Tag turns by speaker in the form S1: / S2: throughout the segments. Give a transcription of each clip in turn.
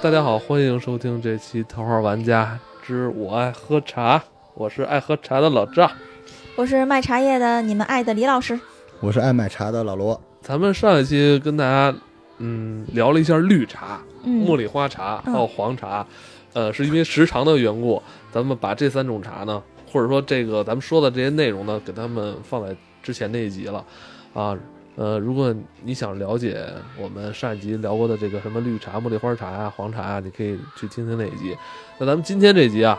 S1: 大家好，欢迎收听这期《桃花玩家之我爱喝茶》，我是爱喝茶的老赵。
S2: 我是卖茶叶的，你们爱的李老师。
S3: 我是爱买茶的老罗。
S1: 咱们上一期跟大家嗯聊了一下绿茶、
S2: 嗯
S1: 茉莉花茶还
S2: 嗯
S1: 有黄茶，呃，是因为时长的缘故，咱们把这三种茶呢，或者说这个咱们说的这些内容呢，给他们放在之前那一集了啊。呃，如果你想了解我们上一集聊过的这个什么绿茶、茉莉花茶呀、黄茶呀、你可以去听听那一集。那咱们今天这集啊，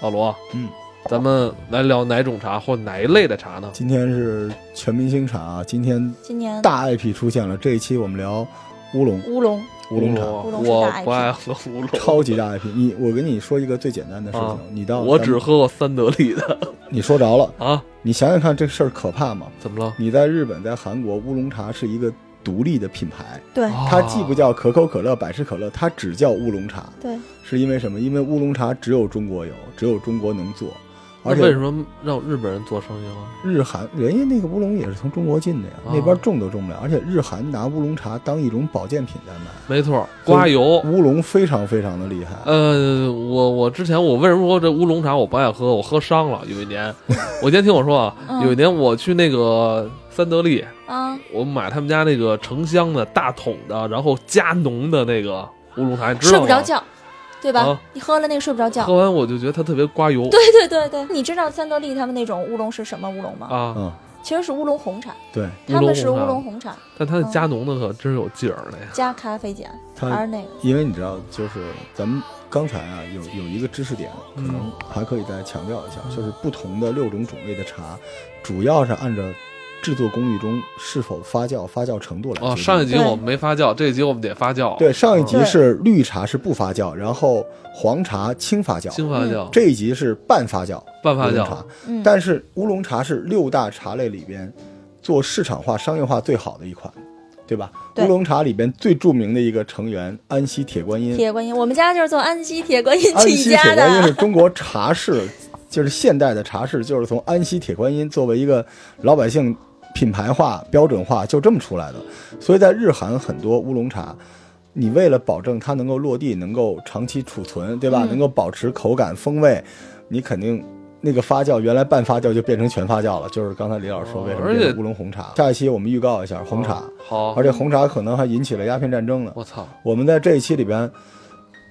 S1: 老罗，
S3: 嗯，
S1: 咱们来聊哪种茶或哪一类的茶呢？
S3: 今天是全明星茶啊，今天
S2: 今年
S3: 大 IP 出现了。这一期我们聊乌龙，
S2: 乌龙，
S3: 乌龙茶，
S2: 乌龙是
S1: 我
S2: 大 IP
S1: 不爱喝乌龙，
S3: 超级大 IP。你我跟你说一个最简单的事情，
S1: 啊
S3: 你到
S1: 我
S3: 咱
S1: 只喝过三得利的
S3: 你说着了，
S1: 啊，
S3: 你想想看这事儿可怕吗？
S1: 怎么了？
S3: 你在日本，在韩国，乌龙茶是一个独立的品牌，
S2: 对、
S1: 啊
S3: 它既不叫可口可乐、百事可乐，它只叫乌龙茶，
S2: 对，
S3: 是因为什么？因为乌龙茶只有中国有，只有中国能做，
S1: 那
S3: 而且
S1: 为什么让日本人做生意了？
S3: 日韩人家那个乌龙也是从中国进的呀，
S1: 哦
S3: 那边种都种不了，而且日韩拿乌龙茶当一种保健品在卖，
S1: 没错，刮油。
S3: 乌龙非常非常的厉害。
S1: 呃，我我之前我为什么说这乌龙茶我不爱喝？我喝伤了。有一 年，我先听我说啊，
S2: 嗯
S1: 有一年我去那个三得利，
S2: 啊，
S1: 我买他们家那个成箱的大桶的，然后加浓的那个乌龙茶，你知
S2: 睡
S1: 道
S2: 不着
S1: 吗？
S2: 觉，对吧？
S1: 啊
S2: 你喝了那个睡不着觉。
S1: 喝完我就觉得它特别刮油
S2: 对对对对，你知道三得利他们那种乌龙是什么乌龙吗？
S1: 啊，
S3: 嗯，
S2: 其实是乌龙红茶，
S3: 对，
S2: 他们是
S1: 乌
S2: 乌
S1: 龙红茶
S2: 龙红茶
S1: 但它加浓的可真是有劲儿的呀。
S2: 加咖啡碱，而
S3: 它
S2: 那个
S3: 因为你知道，就是咱们刚才啊有有一个知识点，可
S1: 嗯
S3: 能还可以再强调一下，就是不同的六种种类的茶，主要是按照制作工艺中是否发酵、发酵程度来决定。
S1: 哦，上一集
S2: 对
S1: 我们没发酵，这一集我们得发酵。
S3: 对上一集
S2: 对
S3: 是绿茶是不发酵，然后黄茶轻发酵，
S1: 新发酵、
S3: 这一集是半发酵。
S1: 半发
S3: 乌龙
S1: 酵，
S3: 茶，
S2: 嗯，
S3: 但是乌龙茶是六大茶类里边做市场化、商业化最好的一款，对吧？
S2: 对
S3: 乌龙茶里边最著名的一个成员安息铁观音，
S2: 铁观音，我们家就是做安溪铁观音
S3: 安
S2: 起
S3: 息铁
S2: 家
S3: 观音是
S2: 的。
S3: 中国茶室，就是现代的茶室，就是从安息铁观音作为一个老百姓品牌化、标准化就这么出来的。所以在日韩很多乌龙茶。你为了保证它能够落地，能够长期储存，对吧？
S2: 嗯
S3: 能够保持口感风味，你肯定那个发酵原来半发酵就变成全发酵了，就是刚才李老师说
S1: 哦
S3: 为什么
S1: 而且哦
S3: 变成乌龙红茶。下一期我们预告一下红茶，
S1: 好
S3: 而，且红茶可能还引起了鸦片战争呢。
S1: 我操，
S3: 我们在这一期里边，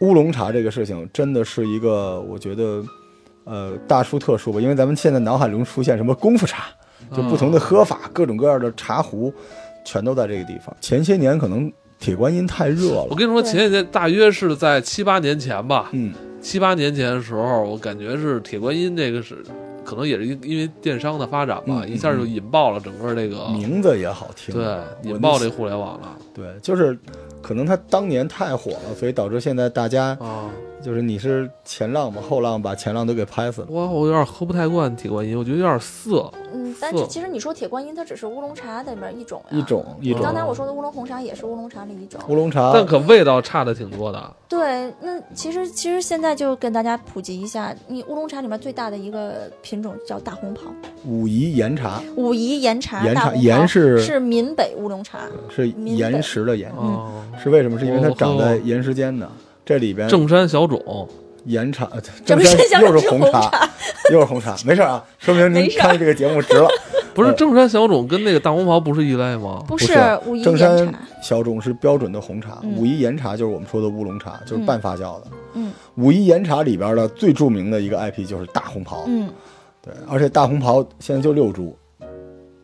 S3: 乌龙茶这个事情真的是一个，我觉得，呃，大书特书吧，因为咱们现在脑海中出现什么功夫茶，
S1: 啊
S3: 就不同的喝法，各种各样的茶壶，全都在这个地方。前些年可能铁观音太热
S1: 我
S3: 了，
S1: 跟你说，
S2: 对
S1: 前几天大约是在七八年前吧，
S3: 嗯，
S1: 七八年前的时候，我感觉是铁观音这个是，可能也是因因为电商的发展吧，
S3: 嗯嗯
S1: 一下就引爆了整个这个，
S3: 名字也好听，啊
S1: 对，
S3: 我
S1: 引
S3: 那
S1: 爆这互联网了
S3: 对，就是可能它当年太火了，所以导致现在大家
S1: 啊！
S3: 就是你是前浪吧，后浪把前浪都给拍死了。
S1: 我我有点喝不太惯铁观音，我觉得有点涩，
S2: 嗯，但
S1: 色
S2: 是其实你说铁观音，它只是乌龙茶里面一种呀。
S3: 一。种一种
S2: 刚才我说的乌龙红茶也是乌龙茶里一种。
S3: 乌龙茶，
S1: 啊但可味道差的挺多的。
S2: 对，那其实其实现在就跟大家普及一下，你乌龙茶里面最大的一个品种叫大红袍，
S3: 武夷岩茶。
S2: 武夷岩茶，
S3: 岩
S2: 大
S3: 茶
S2: 红袍
S3: 岩是
S2: 是闽北乌龙茶，
S3: 是
S2: 明白
S3: 岩石的岩，
S2: 嗯
S1: 哦，
S3: 是为什么？是因为它
S1: 我
S3: 长
S1: 我
S3: 在岩石间的。这里边
S1: 正山小种，
S3: 岩茶，呃
S2: 这
S3: 正
S2: 不
S3: 山
S2: 是像
S3: 又
S2: 是
S3: 是红
S2: 红
S3: 茶，又是红茶，没事 儿啊，说明您
S2: 没事儿
S3: 看这个节目值 了。
S1: 不是
S3: 呃
S1: 正山小种跟那个大红袍不是一类吗？
S2: 不
S3: 不是
S2: 武夷
S3: 正
S2: 岩
S3: 山
S2: 茶，
S3: 小种是标准的红茶，
S2: 嗯
S3: 武夷岩茶就是我们说的乌龙茶，就是半发酵的。
S2: 嗯
S3: 武夷岩茶里边的最著名的一个 IP 就是大红袍，
S2: 嗯，
S3: 对，而且大红袍现在就六株，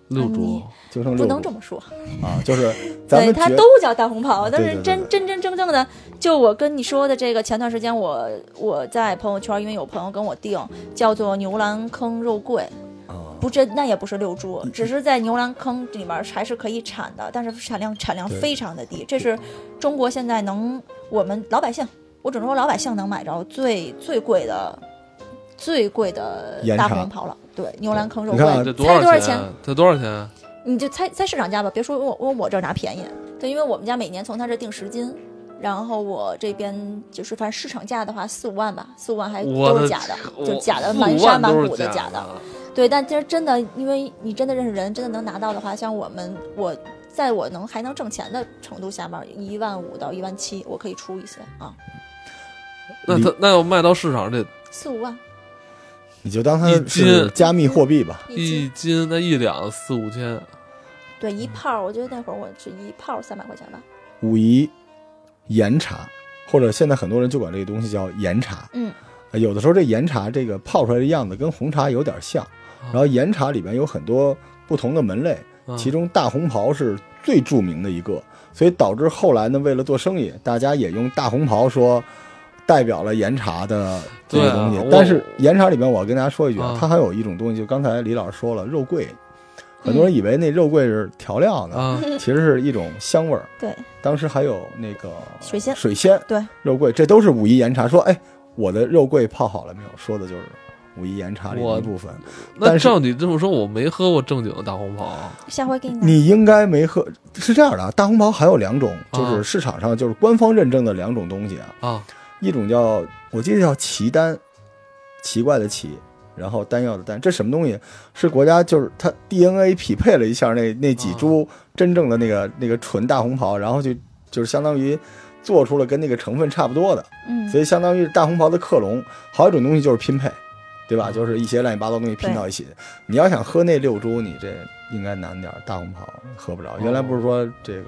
S1: 六
S2: 你
S1: 株
S3: 就剩
S2: 不
S3: 六
S2: 能
S3: 株
S2: 这么说，
S3: 啊，就是咱
S2: 对，
S3: 们
S2: 它
S3: 觉
S2: 都叫大红袍，但
S3: 对
S2: 是
S3: 对对
S2: 真真真正正的，就我跟你说的这个，前段时间我我在朋友圈，因为有朋友跟我订，叫做牛栏坑肉桂，
S3: 啊，
S2: 不真那也不是六株，
S3: 嗯
S2: 只是在牛栏坑里面还是可以产的，但是产量产量
S3: 对
S2: 非常的低。这是中国现在能我们老百姓，我只能说老百姓能买着最最贵的、最贵的
S3: 岩
S2: 大
S3: 茶
S2: 红袍了。对，牛栏坑肉
S3: 你
S2: 桂，
S3: 看啊
S1: 这多
S2: 猜多
S1: 少
S2: 少
S1: 钱？这多少钱？
S2: 你就猜猜市场价吧，别说我我我这儿拿便宜。对，因为我们家每年从他这订十斤，然后我这边就是反正市场价的话四五万吧，四五万还
S1: 我
S2: 哎都
S1: 的
S2: 是假的，
S1: 我
S2: 就假的
S1: 四
S2: 满
S1: 五
S2: 山
S1: 万
S2: 满
S1: 都是
S2: 谷的
S1: 假
S2: 假的。。对，但其实真的，因为你真的认识人，真的能拿到的话，像我们我。在我能还能挣钱的程度下面，一万五到一万七，我可以出一些啊。
S1: 那它那要卖到市场这
S2: 四五万
S3: 你就当它
S1: 一
S3: 是
S1: 斤
S3: 加密货币吧。
S2: 一斤，
S1: 一斤那一两四五千，
S2: 对一泡儿，我觉得那会儿我是一泡三百块钱吧，
S3: 武夷岩茶，或者现在很多人就管这个东西叫岩茶。
S2: 嗯
S3: 呃有的时候这岩茶这个泡出来的样子跟红茶有点像，
S1: 啊
S3: 然后岩茶里边有很多不同的门类，
S1: 嗯
S3: 其中大红袍是最著名的一个，所以导致后来呢，为了做生意，大家也用大红袍说代表了岩茶的这
S1: 对
S3: 个
S1: 啊
S3: 东西。
S1: 我
S3: 但是岩茶里面，我要跟大家说一句啊
S1: 啊，
S3: 它还有一种东西，就刚才李老师说了，肉桂。很多人以为那肉桂是调料呢，
S1: 嗯
S2: 嗯
S1: 啊，
S3: 其实是一种香味儿。
S2: 对，
S3: 当时还有那个
S2: 水仙
S3: 水仙
S2: 对
S3: 肉桂，这都是武夷岩茶。说，哎，我的肉桂泡好了没有？说的就是武夷岩茶里的
S1: 我
S3: 一部分。
S1: 那
S3: 但是
S1: 照你这么说，我没喝过正经的大红袍啊，
S2: 下回给你拿。
S3: 你应该没喝，是这样的啊，大红袍还有两种，
S1: 啊
S3: 就是市场上就是官方认证的两种东西啊，
S1: 啊
S3: 一种叫我记得叫奇丹，奇怪的奇，然后丹药的丹，这什么东西？是国家就是它 DNA 匹配了一下那那几株
S1: 啊
S3: 真正的那个那个纯大红袍，然后就就是相当于做出了跟那个成分差不多的，
S2: 嗯，
S3: 所以相当于是大红袍的克隆。还有一种东西就是拼配，对
S2: 嗯
S3: 吧？就是一些乱七八糟东西拼到一起。你要想喝那六株，你这应该难点儿，大红袍喝不着。
S2: 哦
S3: 原来不是说这个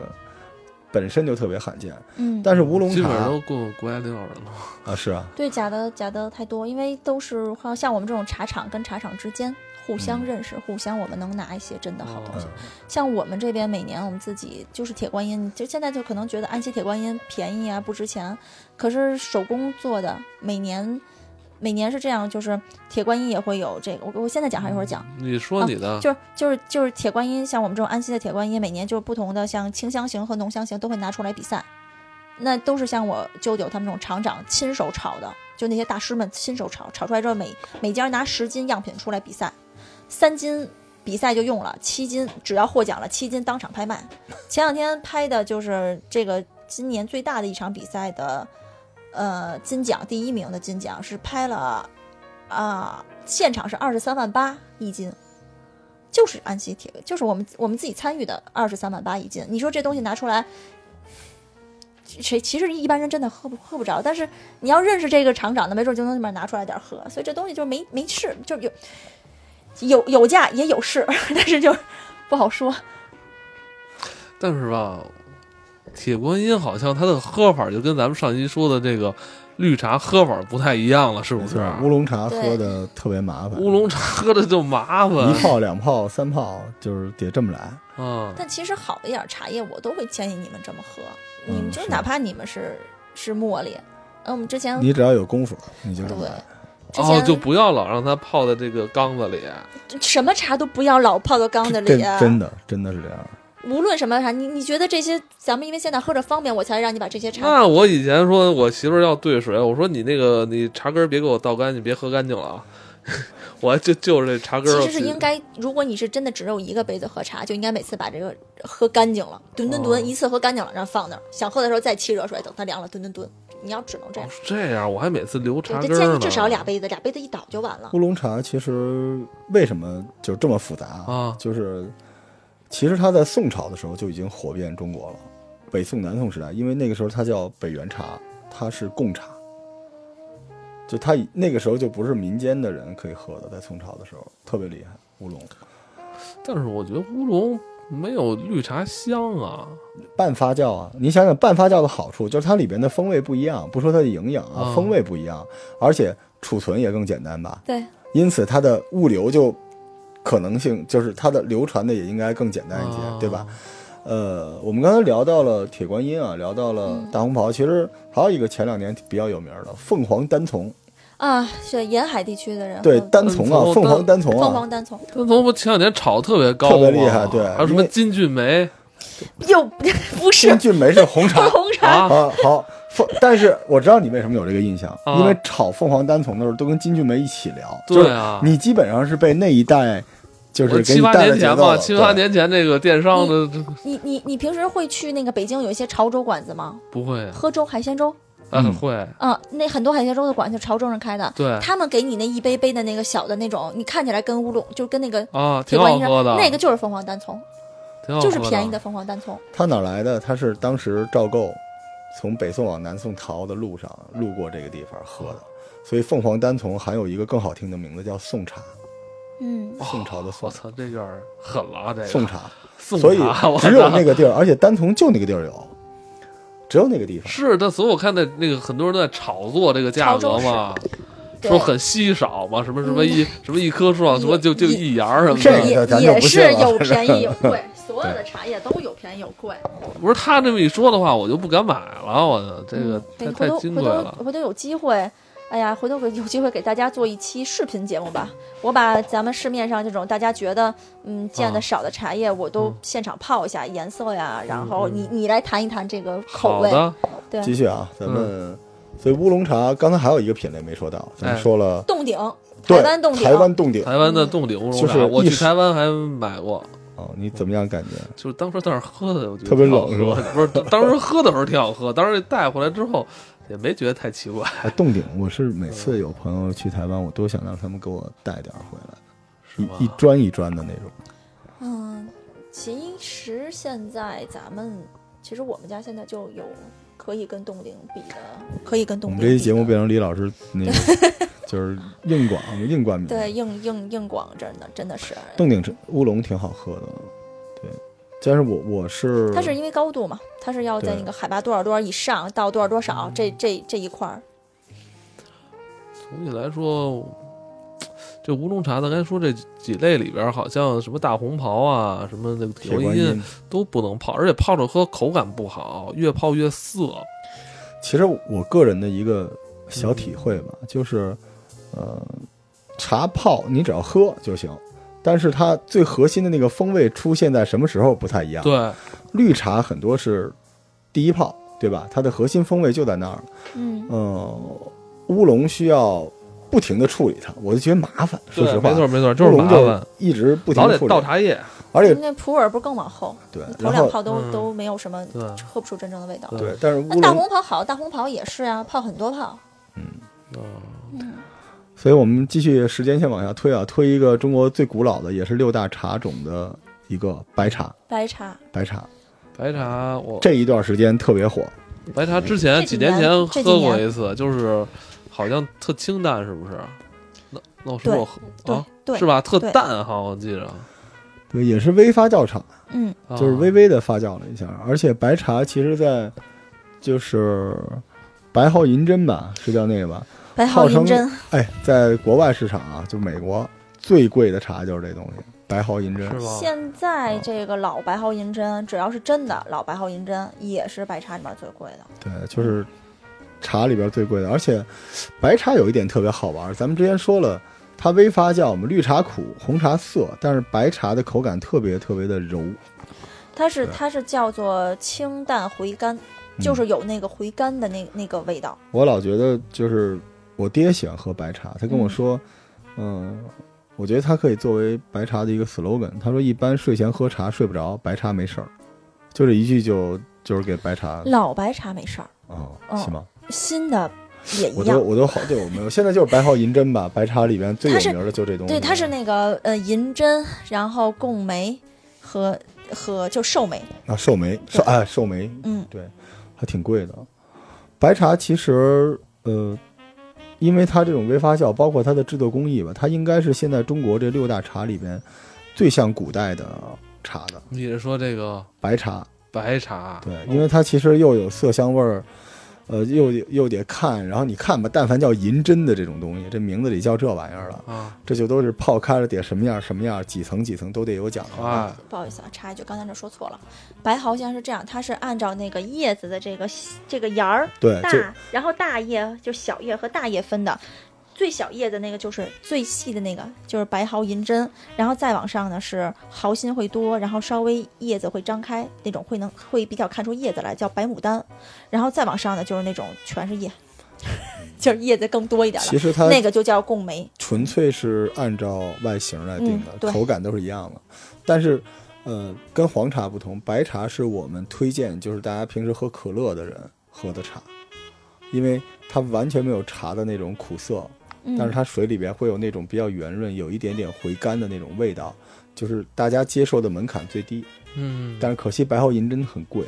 S3: 本身就特别罕见，
S2: 嗯，
S3: 但是乌龙
S1: 基本上
S3: 茶
S1: 都过国家领导人了。
S3: 啊是啊，
S2: 对假的假的太多，因为都是好像我们这种茶厂跟茶厂之间互相
S3: 嗯
S2: 认识，互相我们能拿一些真的好
S1: 啊
S2: 东西。
S3: 嗯
S2: 像我们这边每年我们自己就是铁观音，就现在就可能觉得安溪铁观音便宜啊，不值钱，可是手工做的，每年每年是这样，就是铁观音也会有这个，我我现在讲还是一会儿讲。啊
S1: 你说你的，
S2: 就是就是就是铁观音，像我们这种安溪的铁观音，每年就是不同的，像清香型和浓香型都会拿出来比赛。那都是像我舅舅他们这种厂长亲手炒的，就那些大师们亲手炒，炒出来之后每每家拿十斤样品出来比赛，三斤比赛就用了，七斤只要获奖了，七斤当场拍卖。前两天拍的就是这个今年最大的一场比赛的，呃，金奖第一名的金奖是拍了，啊、现场是二十三万八一斤，就是安溪铁，就是我们我们自己参与的二十三万八一斤。你说这东西拿出来，谁其实一般人真的喝不喝不着，但是你要认识这个厂长的，没准就能里面拿出来点喝。所以这东西就没没市，就有有有价也有市，但是就不好说。
S1: 但是吧，铁观音好像它的喝法就跟咱们上期说的这个绿茶喝法不太一样了，是不是？
S3: 乌龙茶喝的特别麻烦，
S1: 乌龙茶喝的就麻烦
S3: 一泡两泡三泡就是得这么来。
S1: 啊，
S2: 但其实好的一点茶叶，我都会建议你们这么喝。
S3: 嗯
S2: 你们就是哪怕你们是是茉莉，嗯，我们之前
S3: 你哦只要有功夫，你就这么
S2: 对
S3: 来。
S2: 之
S1: 然后
S2: 前
S1: 哦就不要老让它泡在这个缸子里。
S2: 什么茶都不要老泡到缸子
S3: 这
S2: 里、啊，
S3: 真的真的是这样。
S2: 无论什么啥，你你觉得这些，咱们因为现在喝着方便，我才让你把这些茶。
S1: 那我以前说我媳妇儿要兑水，我说你那个你茶根儿别给我倒干净，别喝干净了啊。 我还就就是这茶
S2: 其
S1: 根儿，
S2: 实是应该，如果你是真的只有一个杯子喝茶，就应该每次把这个喝干净了，吨吨
S1: 哦
S2: 吨，一次喝干净了，然后放那儿。想喝的时候再沏热水，等它凉了，吨吨吨。你要只能这
S1: 哦
S2: 样，
S1: 是这样，我还每次留茶
S2: 对，
S1: 根
S2: 这
S1: 儿
S2: 建
S1: 呢。
S2: 议至少俩杯子，俩杯子一倒就完了。
S3: 乌龙茶其实为什么就这么复杂
S1: 啊
S3: 就是其实它在宋朝的时候就已经火遍中国了，北宋南宋时代，因为那个时候它叫北元茶，它是贡茶，就它以那个时候就不是民间的人可以喝的，在宋朝的时候特别厉害，乌龙
S1: 但是我觉得乌龙没有绿茶香啊。
S3: 半发酵啊，你想想半发酵的好处就是它里边的风味不一样，不说它的营养啊，
S1: 啊
S3: 风味不一样，而且储存也更简单吧，
S2: 对，
S3: 因此它的物流就可能性就是它的流传的也应该更简单一些，
S1: 啊
S3: 对吧？？呃，我们刚才聊到了铁观音啊，聊到了
S1: 嗯
S3: 大红袍，其实还有一个前两年比较有名的凤凰单丛，
S2: 啊，是沿海地区
S1: 嗯
S2: 的人
S3: 对
S2: 喝
S3: 单丛啊，
S1: 凤
S3: 凤凰单
S2: 嗯
S3: 丛
S2: 凤
S3: 啊，
S2: 凰单丛
S1: 但从不前两年炒得特别高嘛，
S3: 特别厉害对
S1: 还有什
S3: 因
S1: 么
S3: 为
S1: 金骏眉
S2: 又 不是
S3: 金骏眉是 红茶
S2: 红茶，
S1: 啊，
S3: 啊。好，凤，但是我知道你为什么有这个印象，
S1: 啊
S3: 因为炒凤凰单丛的时候都跟金骏眉一起聊，
S1: 对啊
S3: 就是你基本上是被那一代就是
S1: 我
S3: 给
S1: 七
S3: 你
S1: 八
S3: 带的
S1: 年
S3: 节
S1: 前
S3: 奏
S1: 吧，
S3: 了，
S1: 七八
S3: 对
S1: 年前这个电商的这
S2: 你你你平时会去那个北京有一些潮州馆子吗？
S1: 不会啊，
S2: 喝粥海鲜粥，
S1: 啊
S3: 嗯
S1: 会，
S2: 啊，那很多海鲜粥的馆就潮州人开的，
S1: 对
S2: 他们给你那一杯杯的那个小的那种，你看起来跟乌龙就跟那个
S1: 啊，挺
S2: 铁观
S1: 好
S2: 音
S1: 喝的，
S2: 那个就是凤凰单丛，
S1: 挺好喝
S2: 就
S1: 的，
S2: 是便宜的凤凰单丛。
S3: 他哪来的？他是当时赵构从北宋往南宋逃的路上路过这个地方喝的，所以凤凰单丛还有一个更好听的名字叫宋茶，
S2: 嗯，
S3: 宋朝的
S1: 我
S3: 宋
S1: 操，这有点狠了啊！这个
S3: 哦宋茶，
S1: 宋
S3: 所以
S1: 茶我
S3: 只有
S1: 操
S3: 那个地儿，而且单丛就那个地儿有，只有那个地方。
S1: 是，但所以我看那那个很多人都在炒作这个价
S2: 潮
S1: 格
S2: 州
S1: 嘛，
S2: 对
S1: 说，很稀少嘛，什么什么一、什么一棵树啊上什么就就一芽儿什么
S3: 这个
S1: 的。
S2: 也
S3: 咱就
S2: 也
S3: 不信
S2: 是
S3: 了
S2: 有便 宜有贵，所有的茶叶都有便宜有贵。
S1: 不是他这么一说的话，我就不敢买了。我的这个
S2: 嗯对
S1: 太
S2: 回
S1: 太
S2: 头
S1: 金
S2: 回
S1: 贵
S2: 头
S1: 了。
S2: 回头有机会，哎呀，回头给有机会给大家做一期视频节目吧。我把咱们市面上这种大家觉得嗯见
S1: 啊
S2: 的少的茶叶，我都
S1: 嗯
S2: 现场泡一下颜色呀，然后你你来谈一谈这个口
S1: 好
S2: 味。
S1: 的，
S3: 继续啊，咱们所以乌龙茶刚才还有一个品类没说到，咱们
S1: 哎
S3: 说了
S2: 冻顶，
S3: 对
S2: 台湾冻顶，
S3: 台湾冻顶
S1: 台湾的冻顶乌龙
S3: 就
S1: 茶，
S3: 是
S1: 我
S3: 一
S1: 去
S3: 时
S1: 台湾还买过，
S3: 哦，你怎么样感觉？
S1: 就是当时在那儿喝的，我觉得
S3: 特别
S1: 挺好
S3: 冷是吧
S1: 喝的？不是，当时喝的时候挺好喝，当时带回来之后也没觉得太奇怪，
S3: 哎，冻顶，我是每次有朋友去台湾，我都想让他们给我带点儿回来，
S1: 是吧
S3: 一一？砖一砖的那种。
S2: 嗯，其实现在咱们其实我们家现在就有可以跟冻顶比的，可以跟
S3: 我
S2: 冻
S3: 们
S2: 顶。
S3: 这期节目变成李老师 那个，就是硬广硬冠名。
S2: 对，硬硬硬广，真的真的是，
S3: 冻顶乌龙挺好喝的，对。但是我我是
S2: 它是因为高度嘛，它是要在
S3: 对
S2: 那个海拔多少多少以上到多少多少这这这一块儿。
S1: 总体来说，这乌龙茶的，刚才说这几类里边儿，好像什么大红袍啊，什么那个铁
S3: 铁
S1: 观
S3: 观
S1: 音
S3: 音。
S1: 都不能泡，而且泡着喝口感不好，越泡越涩。
S3: 其实我个人的一个小体会吧，就是呃，茶泡你只要喝就行，但是它最核心的那个风味出现在什么时候不太一样。
S1: 对，
S3: 绿茶很多是第一泡，对吧？它的核心风味就在那儿。
S2: 嗯，
S3: 嗯，乌龙需要不停的处理它，我就觉得麻烦。说
S1: 对
S3: 实话，
S1: 没错没错，
S3: 乌
S1: 是麻
S3: 龙
S1: 烦
S3: 就，一直不停
S1: 老
S3: 的
S1: 得
S3: 处理
S1: 倒，茶叶。
S3: 而且
S2: 那普洱不是更往后，
S3: 对，
S2: 嗯头
S3: 然
S2: 两
S3: 后
S2: 泡都
S1: 嗯
S2: 都没有什么
S1: 对，
S2: 喝不出真正的味道。
S3: 对，但是乌
S2: 那大
S3: 龙，
S2: 红袍好，大红袍也是啊，泡很多泡。
S3: 嗯
S2: 嗯
S3: 所以我们继续时间线往下推啊，推一个中国最古老的，也是六大茶种的一个白茶。
S2: 白茶
S3: 白茶
S1: 哦白茶我
S3: 这一段时间特别火，
S1: 白茶之前
S2: 这几
S1: 几年
S2: 年
S1: 前
S2: 这几
S1: 喝过
S2: 年
S1: 一次，就是好像特清淡，是不是？那那我是不是我喝
S2: 对、
S3: 哦
S1: 啊？
S2: 对
S1: 是，吧？特
S2: 对
S1: 淡哈，我记着。
S3: 对，也是微发酵茶，
S2: 嗯，
S1: 啊
S3: 就是微微的发酵了一下。而且白茶其实在就是白毫银针吧，是叫那个吧？
S2: 白毫
S3: 号称
S2: 银针，
S3: 哎，在国外市场啊，就美国最贵的茶就是这东西，白毫银针
S1: 是。吗？
S2: 现在这个老白毫银针，
S3: 嗯
S2: 只要是真的老白毫银针，也是白茶里面最贵的。
S3: 对，就是茶里边最贵的。而且白茶有一点特别好玩，咱们之前说了，它微发酵，我们绿茶苦，红茶涩，但是白茶的口感特别特别的柔。
S2: 它是
S3: 对
S2: 它是叫做清淡回甘，
S3: 嗯
S2: 就是有那个回甘的那那个味道。
S3: 我老觉得就是我爹喜欢喝白茶，他跟我说，嗯、我觉得它可以作为白茶的一个 slogan。他说一般睡前喝茶睡不着，白茶没事儿，就这一句就就是给白茶
S2: 老白茶没事儿，
S3: 哦，
S2: 哦
S3: 是吗？
S2: 新的也一
S3: 我
S2: 样
S3: 都。我都好，对我没有，现在就是白毫银针吧，白茶里边最有名的就这东西。
S2: 对，它是那个呃银针，然后贡梅和和就寿眉，
S3: 啊寿眉，寿哎寿眉
S2: 嗯，
S3: 还挺贵的。白茶其实呃，因为它这种微发酵，包括它的制作工艺吧，它应该是现在中国这六大茶里边最像古代的茶的
S1: 你是说这个
S3: 白茶。
S1: 白茶？
S2: 哦
S3: 对，因为它其实又有色香味儿，呃，又又得看，然后你看吧，但凡叫银针的这种东西，这名字里叫这玩意儿了。
S1: 啊，
S3: 这就都是泡开了得什么样什么样，几层几层都得有讲究。
S1: 哎，
S2: 不好意思啊，插一句，刚才那说错了，白毫像是这样，它是按照那个叶子的这个这个芽儿
S3: 对，就
S2: 大，然后大叶就小叶和大叶分的。最小叶的那个就是最细的那个，就是白毫银针，然后再往上呢是毫心会多，然后稍微叶子会张开那种，会能会比较看出叶子来，叫白牡丹，然后再往上呢就是那种全是叶， 就是叶子更多一点了
S3: 嗯其，实它
S2: 那个就叫贡梅。
S3: 纯粹是按照外形来定的，
S2: 嗯对
S3: 口感都是一样的。但是，呃，跟黄茶不同，白茶是我们推荐，就是大家平时喝可乐的人喝的茶，因为它完全没有茶的那种苦涩，
S2: 嗯，
S3: 但是它水里边会有那种比较圆润，有一点点回甘的那种味道，就是大家接受的门槛最低。
S1: 嗯，
S3: 但是可惜白毫银针很贵，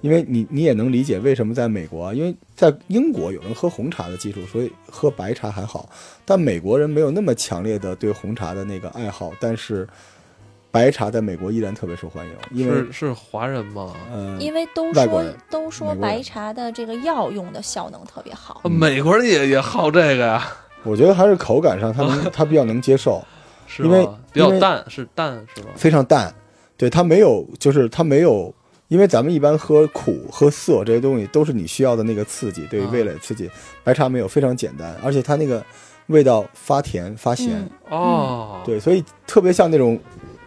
S3: 因为你你也能理解为什么在美国啊，因为在英国有人喝红茶的技术，所以喝白茶还好，但美国人没有那么强烈的对红茶的那个爱好，但是白茶在美国依然特别受欢迎，因为
S1: 是是华人吗？
S3: 呃，
S2: 因为都
S3: 外国
S2: 说
S3: 人
S2: 都说
S3: 美国人
S2: 白茶的这个药用的效能特别好
S1: 啊，美国人也也好这个呀，
S3: 我觉得还是口感上他能他比较能接受，
S1: 是
S3: 因为
S1: 吗？比较
S3: 因为
S1: 淡，是淡是吧？
S3: 非常淡，对它没有就是它没有。因为咱们一般喝苦、喝涩这些东西，都是你需要的那个刺激，对于
S1: 啊
S3: 味蕾刺激。白茶没有，非常简单，而且它那个味道发甜发咸，
S2: 嗯
S1: 哦，
S3: 对，所以特别像那种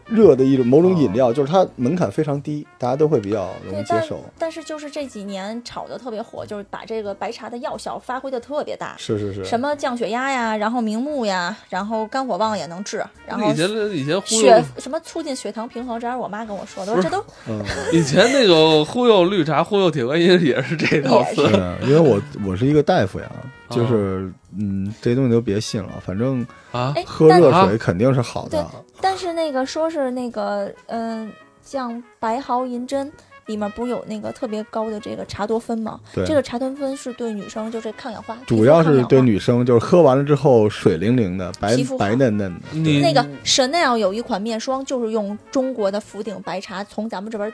S3: 热的一种某种饮料，就是它门槛非常低，大家都会比较容
S2: 对，
S3: 易接
S2: 但
S3: 受。
S2: 但是就是这几年炒的特别火，就是把这个白茶的药效发挥的特别大，
S3: 是是是，
S2: 什么降血压呀，然后明目呀，然后肝火旺也能治，然后
S1: 以前以前忽悠
S2: 血什么促进血糖平衡，这是我妈跟我说的，
S1: 不
S2: 我
S1: 是
S2: 说这都
S3: 嗯，
S1: 以前那个忽悠绿茶、忽悠铁观音也是这套
S2: 也
S1: 词
S3: 是的，因为我我是一个大夫呀，就是、嗯，这些东西都别信了，反正
S1: 啊
S2: 哎，
S3: 喝
S2: 但
S3: 热
S1: 啊
S3: 水肯定是好的。啊
S2: 但是那个说是那个嗯、像白毫银针。里面不是有那个特别高的这个茶多酚吗？
S3: 对，
S2: 这个茶多酚是对女生就是抗氧化，皮
S3: 主
S2: 肤
S3: 要
S2: 抗
S3: 是
S2: 氧
S3: 对
S2: 化
S3: 女生，就是喝完了之后水灵灵的，白
S2: 皮肤好
S3: 白嫩嫩的。
S1: 你
S2: 那个 Chanel 有一款面霜，就是用中国的福鼎白茶从咱们这边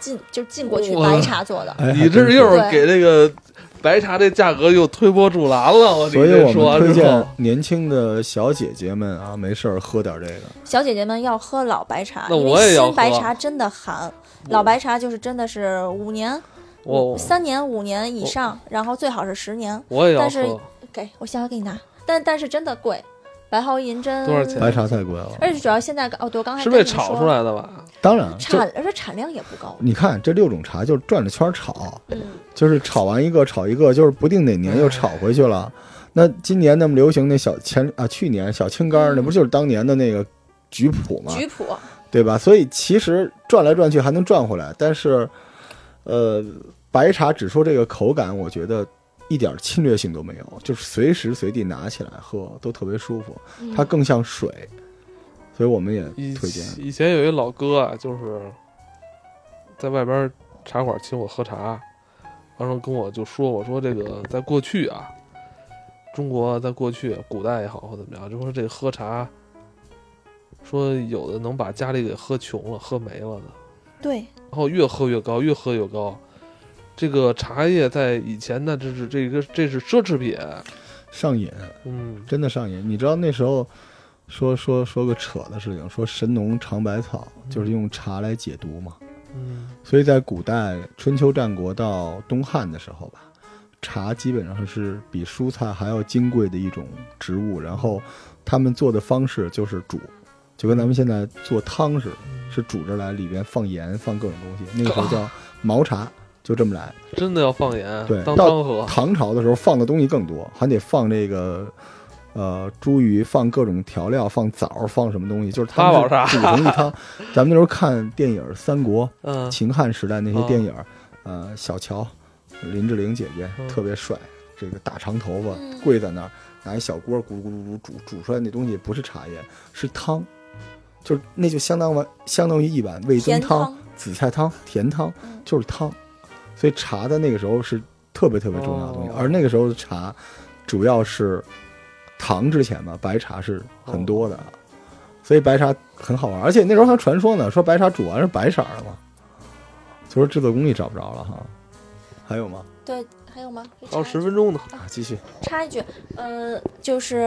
S2: 进，就是进过去
S1: 哇
S2: 白茶做的。
S3: 哎，
S1: 你这
S3: 还真
S1: 又
S3: 是。
S1: 是给这个白茶这价格又推波助澜了，我
S3: 所以
S1: 这
S3: 我
S1: 说
S3: 们
S1: 完
S3: 推
S1: 之
S3: 荐
S1: 后，
S3: 年轻的小姐姐们啊，没事儿喝点这个。
S2: 小姐姐们要喝老白茶，
S1: 那
S2: 因
S1: 我也
S2: 为
S1: 要
S2: 新白
S1: 喝
S2: 茶真的寒，老白茶就是真的是五年、
S1: 我
S2: 三年、五年以上，
S1: 哦
S2: 然后最好是十年。
S1: 我也要
S2: 但是
S1: 喝，
S2: 给我下回给你拿，但但是真的贵，白毫银针
S1: 多少钱
S3: 白茶太贵了，
S2: 而且主要现在哦，对，我刚才
S1: 是
S2: 跟
S1: 被
S2: 你
S1: 炒
S2: 说
S1: 出来的吧？
S3: 当然就
S2: 产，而且产量也不高。
S3: 你看这六种茶就是转着圈儿炒，
S2: 嗯，
S3: 就是炒完一个炒一个，就是不定哪年又炒回去了。那今年那么流行那小前啊，去年小青柑儿，
S2: 嗯
S3: 那不就是当年的那个菊普吗？
S2: 菊普
S3: 对吧？所以其实转来转去还能转回来，但是，呃，白茶只说这个口感，我觉得一点侵略性都没有，就是随时随地拿起来喝都特别舒服，
S2: 嗯
S3: 它更像水，所以我们也
S1: 以
S3: 推荐。
S1: 以前有一老哥啊，就是在外边茶馆请我喝茶，然后跟我就说，我说这个在过去啊，中国在过去古代也好或怎么样，就说这喝茶，说有的能把家里给喝穷了、喝没了的，
S2: 对，
S1: 然后越喝越高，越喝越高。这个茶叶在以前呢，这是这个这是奢侈品，
S3: 上瘾，
S1: 嗯，
S3: 真的上瘾。你知道那时候说说说个扯的事情，说神农尝百草就是用茶来解毒嘛。
S1: 嗯，
S3: 所以在古代春秋战国到东汉的时候吧，茶基本上是比蔬菜还要金贵的一种植物。然后他们做的方式就是煮，就跟咱们现在做汤似的，是煮着来，里边放盐放各种东西。那个时
S1: 啊
S3: 候叫毛茶，就这么来。
S1: 真的要放盐，
S3: 对
S1: 当
S3: 到
S1: 汤喝，
S3: 唐朝的时候放的东西更多，还得放这个。呃，茱萸放各种调料，放枣儿，放什么东西，就是他们
S1: 八宝茶
S3: 是煮成一汤。咱们那时候看电影《三国》，
S1: 嗯，
S3: 秦汉时代那些
S1: 哦
S3: 电影儿，呃，小乔、林志玲姐姐
S1: 嗯
S3: 特别帅，这个大长头发
S2: 嗯
S3: 跪在那儿，拿一小锅咕噜咕噜咕噜煮煮出来那东西不是茶叶，是汤，就是那就相当完相当于一碗味增
S2: 甜
S3: 汤
S2: 汤、
S3: 紫菜汤、甜汤
S2: 嗯，
S3: 就是汤。所以茶在那个时候是特别特别重要的东西，
S1: 哦
S3: 而那个时候的茶主要是唐之前嘛，白茶是很多的。所以白茶很好玩，而且那时候还传说呢，说白茶煮完是白色儿的嘛，就是制作工艺找不着了哈。还有吗？
S2: 对，还有吗？可以
S1: 还有
S2: 插一
S1: 十
S2: 句
S1: 分钟呢，
S3: 啊，继续。
S2: 插一句，呃，就是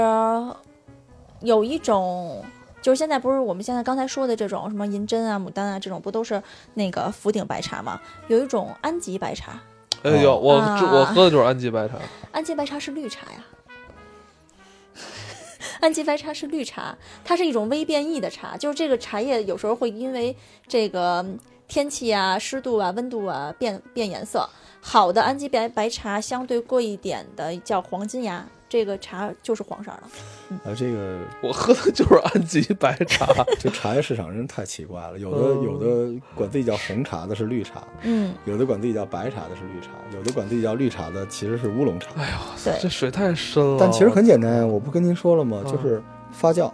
S2: 有一种，就是现在不是我们现在刚才说的这种什么银针啊、牡丹啊，这种不都是那个福鼎白茶吗？有一种安吉白茶，
S1: 哎呦，
S3: 哦
S1: 我
S2: 啊
S1: 这我喝的就是安吉白茶，
S2: 安吉白茶是绿茶呀。 安吉白茶是绿茶，它是一种微变异的茶，就是这个茶叶有时候会因为这个天气啊、湿度啊、温度啊变变颜色。好的安吉白白茶相对贵一点的叫黄金芽，这个茶就是黄色儿的。
S3: 啊，这个
S1: 我喝的就是安吉 白茶，
S3: 这茶叶市场真太奇怪了，有
S1: 嗯
S3: 的有的管自己叫红茶的是绿茶，
S2: 嗯，
S3: 有的管自己叫白茶的是绿茶，有的管自己叫绿茶的其实是乌龙茶。
S2: 对，
S1: 这水太深了。
S3: 但其实很简单呀，我不跟您说了吗？
S1: 嗯
S3: 就是发酵，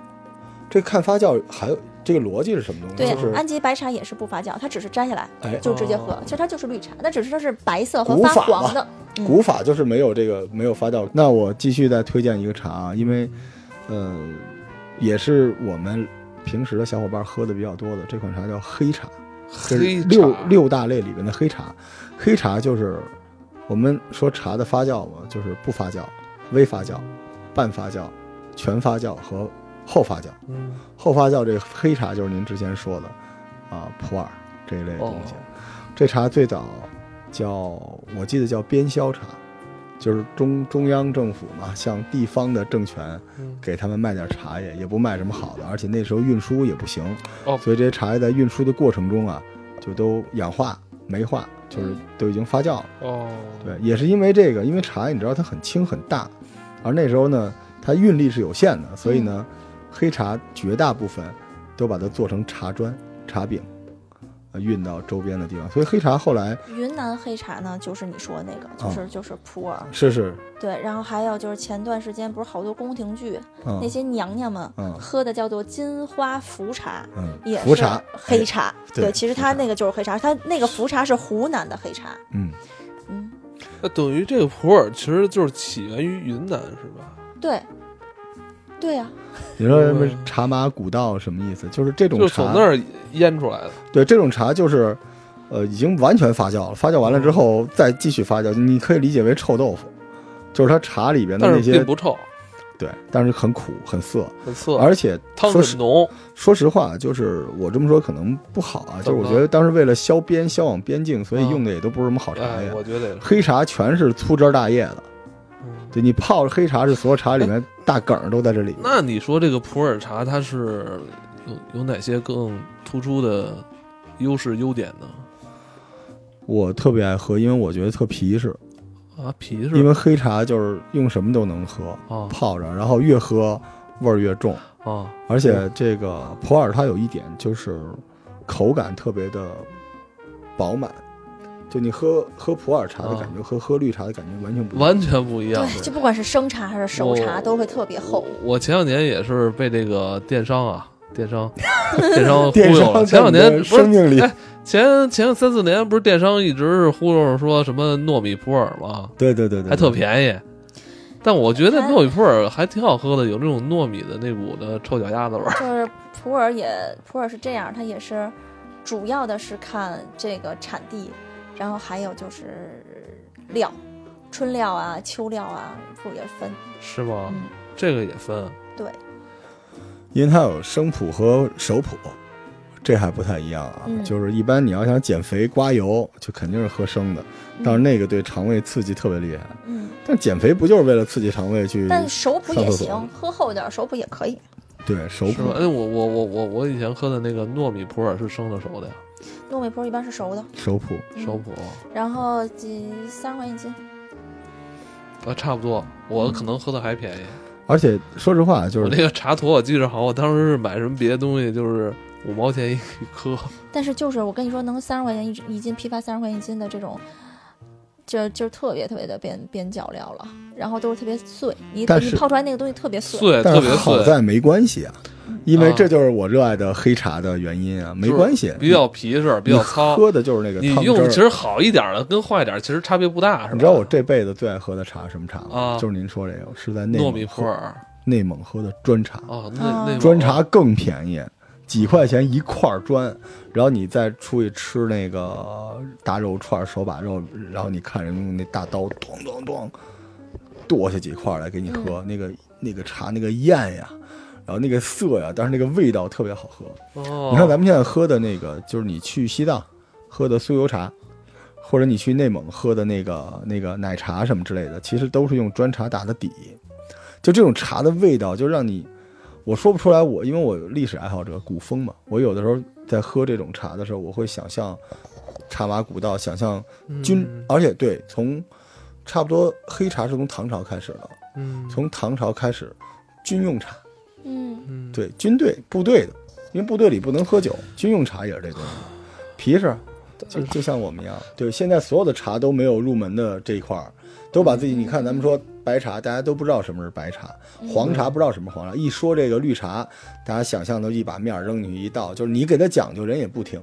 S3: 这看发酵还有这个逻辑是什么东西？
S2: 对
S3: 就是，
S2: 安吉白茶也是不发酵，它只是摘下来
S3: 哎，
S2: 就直接喝
S1: 哦，
S2: 其实它就是绿茶，那只是它是白色和
S3: 古
S2: 发
S3: 法
S2: 黄
S3: 嘛
S2: 的。嗯
S3: 古法就是没有这个没有发酵。那我继续再推荐一个茶啊，因为呃也是我们平时的小伙伴喝的比较多的，这款茶叫黑茶，这是
S1: 黑茶
S3: 六六大类里面的黑茶。黑茶就是我们说茶的发酵嘛，就是不发酵、微发酵、半发酵、全发酵和后发酵。
S1: 嗯
S3: 后发酵这个黑茶就是您之前说的啊普洱这一
S1: 哦
S3: 类的东西。这茶最早叫我记得叫边销茶，就是中中央政府嘛，向地方的政权
S1: 嗯
S3: 给他们卖点茶叶，也不卖什么好的，而且那时候运输也不行，
S1: 哦
S3: 所以这些茶叶在运输的过程中啊，就都氧化、酶化，就是都已经发酵了。
S1: 哦，
S3: 对，也是因为这个，因为茶你知道它很轻很大，而那时候呢，它运力是有限的，所以呢，
S2: 嗯
S3: 黑茶绝大部分都把它做成茶砖、茶饼，呃运到周边的地方。所以黑茶后来
S2: 云南黑茶呢，就是你说那个，
S3: 嗯
S2: 就是就是普洱，
S3: 是是，
S2: 对，然后还有就是前段时间不是好多宫廷剧，
S3: 嗯
S2: 那些娘娘们
S3: 嗯
S2: 喝的叫做金花茯茶，
S3: 嗯，
S2: 也
S3: 茯
S2: 是
S3: 茶
S2: 黑
S3: 哎
S2: 茶。
S3: 对
S2: 其实
S3: 茯
S2: 它
S3: 茶
S2: 那个就是黑茶，它那个茯茶是湖南的黑茶。
S3: 嗯，
S2: 嗯，
S1: 那等于这个普洱其实就是起源于云南是吧？
S2: 对，对呀、
S3: 你说什么茶马古道什么意思？就是这种
S1: 就是从
S3: 茶
S1: 那，儿腌出来的。
S3: 对这种茶就是。呃，已经完全发酵了，发酵完了之后再继续发酵，你可以理解为臭豆腐，就是它茶里边的
S1: 但
S3: 那
S1: 是并
S3: 些
S1: 不臭，
S3: 对，但是很苦很涩，
S1: 很涩，
S3: 而且
S1: 汤
S3: 说
S1: 很
S3: 实
S1: 浓。
S3: 说实话，就是我这么说可能不好啊，就是
S1: 怎么
S3: 我
S1: 了
S3: 觉得当时为了消边销往边境，所以
S1: 嗯
S3: 用的也都不是什么好茶
S1: 哎
S3: 叶，。
S1: 我觉得也是。
S3: 黑茶全是粗枝儿大叶的，
S1: 嗯
S3: 对你泡黑茶是所有茶里面大梗儿都在这里。
S1: 那你说这个普洱茶它是有有哪些更突出的优势优点呢？
S3: 我特别爱喝，因为我觉得特皮实，
S1: 啊，皮
S3: 因
S1: 是
S3: 为黑茶就是用什么都能喝，
S1: 啊
S3: 泡着，然后越喝味儿越重，
S1: 啊，
S3: 而且这个普洱它有一点就是口感特别的饱满。就你喝喝普洱茶的感觉和喝绿茶的感觉完全不一
S1: 啊
S3: 样。
S1: 完全不一样。
S2: 对，就不管是生茶还是熟茶，
S1: 我
S2: 都会特别厚
S1: 我。我前两年也是被这个电商啊，电 商，电商忽
S3: 电
S1: 悠
S3: 商
S1: 了。
S3: 在
S1: 前两
S3: 你的
S1: 年不
S3: 生
S1: 是
S3: 命里，
S1: 哎前前三四年不是电商一直是忽悠说什么糯米普洱吗？
S3: 对对对对，
S1: 还特
S3: 对
S1: 便宜。但我觉得
S2: 还
S1: 糯米普洱还挺好喝的，有那种糯米的那股的臭脚丫子味儿。
S2: 就是普洱也，普洱是这样，它也是主要的是看这个产地，然后还有就是料，春料啊、秋料啊，普也分。
S1: 是吗？
S2: 嗯
S1: 这个也分。
S2: 对，
S3: 因为它有生普和熟普，这还不太一样啊。
S2: 嗯
S3: 就是一般你要想减肥刮油，就肯定是喝生的，但是那个对肠胃刺激特别厉害。
S2: 嗯，
S3: 但减肥不就是为了刺激肠胃去？
S2: 但熟普
S3: 上
S2: 也
S3: 厕所
S2: 行，喝厚点儿熟普也可以。
S3: 对熟
S1: 是
S3: 普
S1: 吧？哎，我我我我我以前喝的那个糯米普洱是生的熟的呀，啊
S2: 糯米普一般是熟的，
S3: 熟普，
S2: 嗯
S1: 熟普
S2: 然后几三十块钱一斤。
S1: 啊，差不多。我可能喝的还便宜。
S3: 而且说实话，就
S1: 我
S3: 是
S1: 那个茶坨我记着好，我当时是买什么别的东西，就是五毛钱一一颗。
S2: 但是就是我跟你说，能三十块钱一一斤批发三十块钱一斤的这种，就就特别特别的边边角料了，然后都是特别碎，你
S3: 但
S2: 你
S3: 是
S2: 泡出来那个东西特别碎。
S1: 碎，
S3: 但
S1: 呃特
S3: 是
S1: 别
S3: 好
S1: 碎，
S3: 在没关系啊，因为
S1: 啊
S3: 这就是我热爱的黑茶的原因啊，没关系，
S1: 比较皮实，比
S3: 你
S1: 较糙。
S3: 喝的就是那个
S1: 你
S3: 汤汁
S1: 用其
S3: 儿。
S1: 实好一点的跟坏一点其实差别不大，是吧？
S3: 你知道我这辈子最爱喝的茶是什么茶吗
S1: 啊？
S3: 就是您说这个，是在内
S1: 糯
S3: 蒙
S1: 米普
S3: 喝
S1: 洱
S3: 内蒙喝的砖茶。
S1: 哦，
S2: 啊
S1: 那那
S3: 砖茶更便宜，几块钱一块砖，然后你再出去吃那个大肉串、手把肉，然后你看人用那大刀咚咚咚剁下几块来给你喝，那个那个茶那个艳呀，然后那个涩呀，但是那个味道特别好喝。
S1: 哦，
S3: 你看咱们现在喝的那个，就是你去西藏喝的酥油茶。或者你去内蒙喝的那个那个奶茶什么之类的，其实都是用砖茶打的底，就这种茶的味道，就让你我说不出来我，因为我有历史爱好者古风嘛，我有的时候在喝这种茶的时候，我会想象茶马古道，想象
S1: 嗯
S3: 君，而且对，从差不多黑茶是从唐朝开始的，
S1: 嗯
S3: 从唐朝开始军用茶，
S2: 嗯，
S1: 嗯
S3: 对，军队部队的，因为部队里不能喝酒，军用茶也是这东西，皮实，就就像我们一样，对，现在所有的茶都没有入门的这一块儿，都把自己，你看咱们说白茶，大家都不知道什么是白茶，黄茶不知道什么黄茶，一说这个绿茶，大家想象都一把面儿扔进去一倒，就是你给他讲究，人也不听。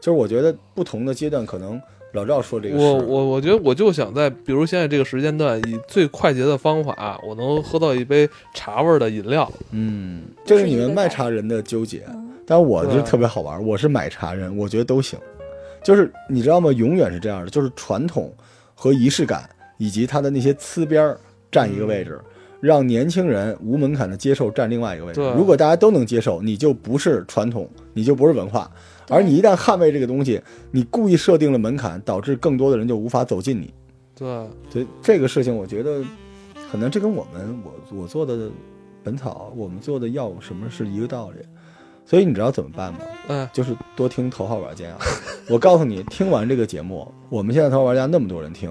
S3: 就是我觉得不同的阶段，可能老赵说这个
S1: 我
S3: 是，
S1: 我我觉得我就想在比如现在这个时间段，以最快捷的方法，我能喝到一杯茶味儿的饮料。
S3: 嗯，这是你们卖茶人的纠结。啊
S2: 嗯
S3: 但我就
S1: 对
S3: 特别好玩儿，我是买茶人，我觉得都行。就是你知道吗？永远是这样的，就是传统和仪式感，以及它的那些呲边儿占一个位置，
S1: 嗯
S3: 让年轻人无门槛的接受占另外一个位置
S1: 对。
S3: 如果大家都能接受，你就不是传统，你就不是文化。
S2: 对
S3: 而你一旦捍卫这个东西，你故意设定了门槛，导致更多的人就无法走进你。
S1: 对，
S3: 所以这个事情，我觉得可能这跟我们我我做的《本草》，我们做的药什么是一个道理。所以你知道怎么办吗？
S1: 哎，
S3: 就是多听头号玩家。我告诉你，听完这个节目，我们现在头号玩家那么多人听，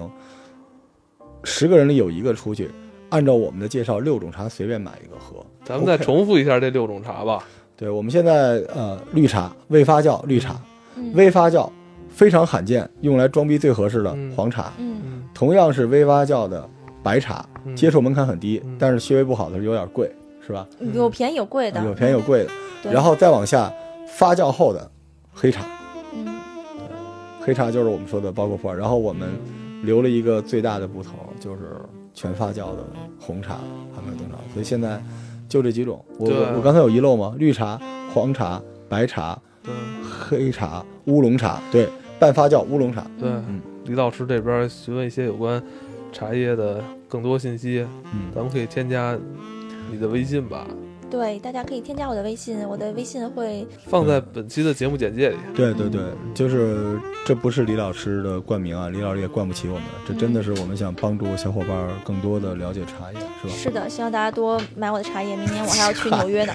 S3: 十个人里有一个出去，按照我们的介绍，六种茶随便买一个喝。
S1: 咱们再
S3: OK
S1: 重复一下这六种茶吧。
S3: 对，我们现在呃，绿茶未发酵，绿茶
S2: 嗯
S3: 微发酵非常罕见，用来装逼最合适的
S1: 嗯
S3: 黄茶，
S2: 嗯
S1: 嗯，
S3: 同样是微发酵的白茶，
S1: 嗯
S3: 接受门槛很低
S1: 嗯，
S3: 但是稍微不好的时候有点贵，是吧？
S2: 嗯有便宜有贵的，
S3: 啊有便宜有贵的，
S2: 对
S3: 然后再往下发酵后的黑茶。
S2: 嗯
S3: 黑茶就是我们说的包括普洱，然后我们
S1: 嗯
S3: 留了一个最大的不头，就是全发酵的红茶还没有登场，所以现在就这几种。我
S1: 对
S3: 我我刚才有遗漏吗？绿茶、黄茶、白茶、
S1: 对
S3: 黑茶、乌龙茶，对，半发酵乌龙茶。
S1: 对
S3: 嗯，
S1: 李老师这边询问一些有关茶叶的更多信息，
S3: 嗯，
S1: 咱们可以添加你的微信吧，
S2: 对，大家可以添加我的微信，我的微信会
S1: 放在本期的节目简介里。
S3: 对对对，就是这不是李老师的冠名啊，李老师也冠不起我们，这真的是我们想帮助小伙伴儿更多的了解茶叶，是吧？
S2: 是的，希望大家多买我的茶叶，明年我还要去 纽约呢，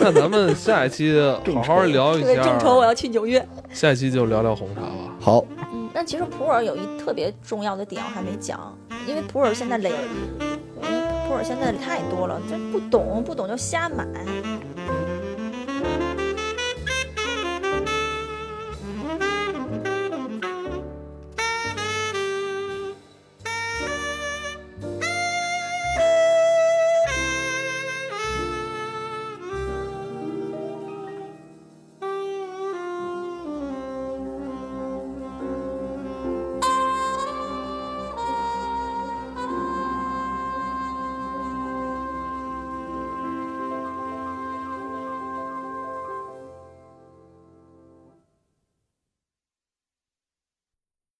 S1: 那咱们下一期好好啊聊一
S2: 特别
S1: 下，
S2: 众筹我要去纽约。
S1: 下一期就聊聊红茶吧。
S3: 好，
S2: 嗯，但其实普洱有一特别重要的点我还没讲，因为普洱现在累，因为普洱现在太多了，这不懂不懂就瞎买，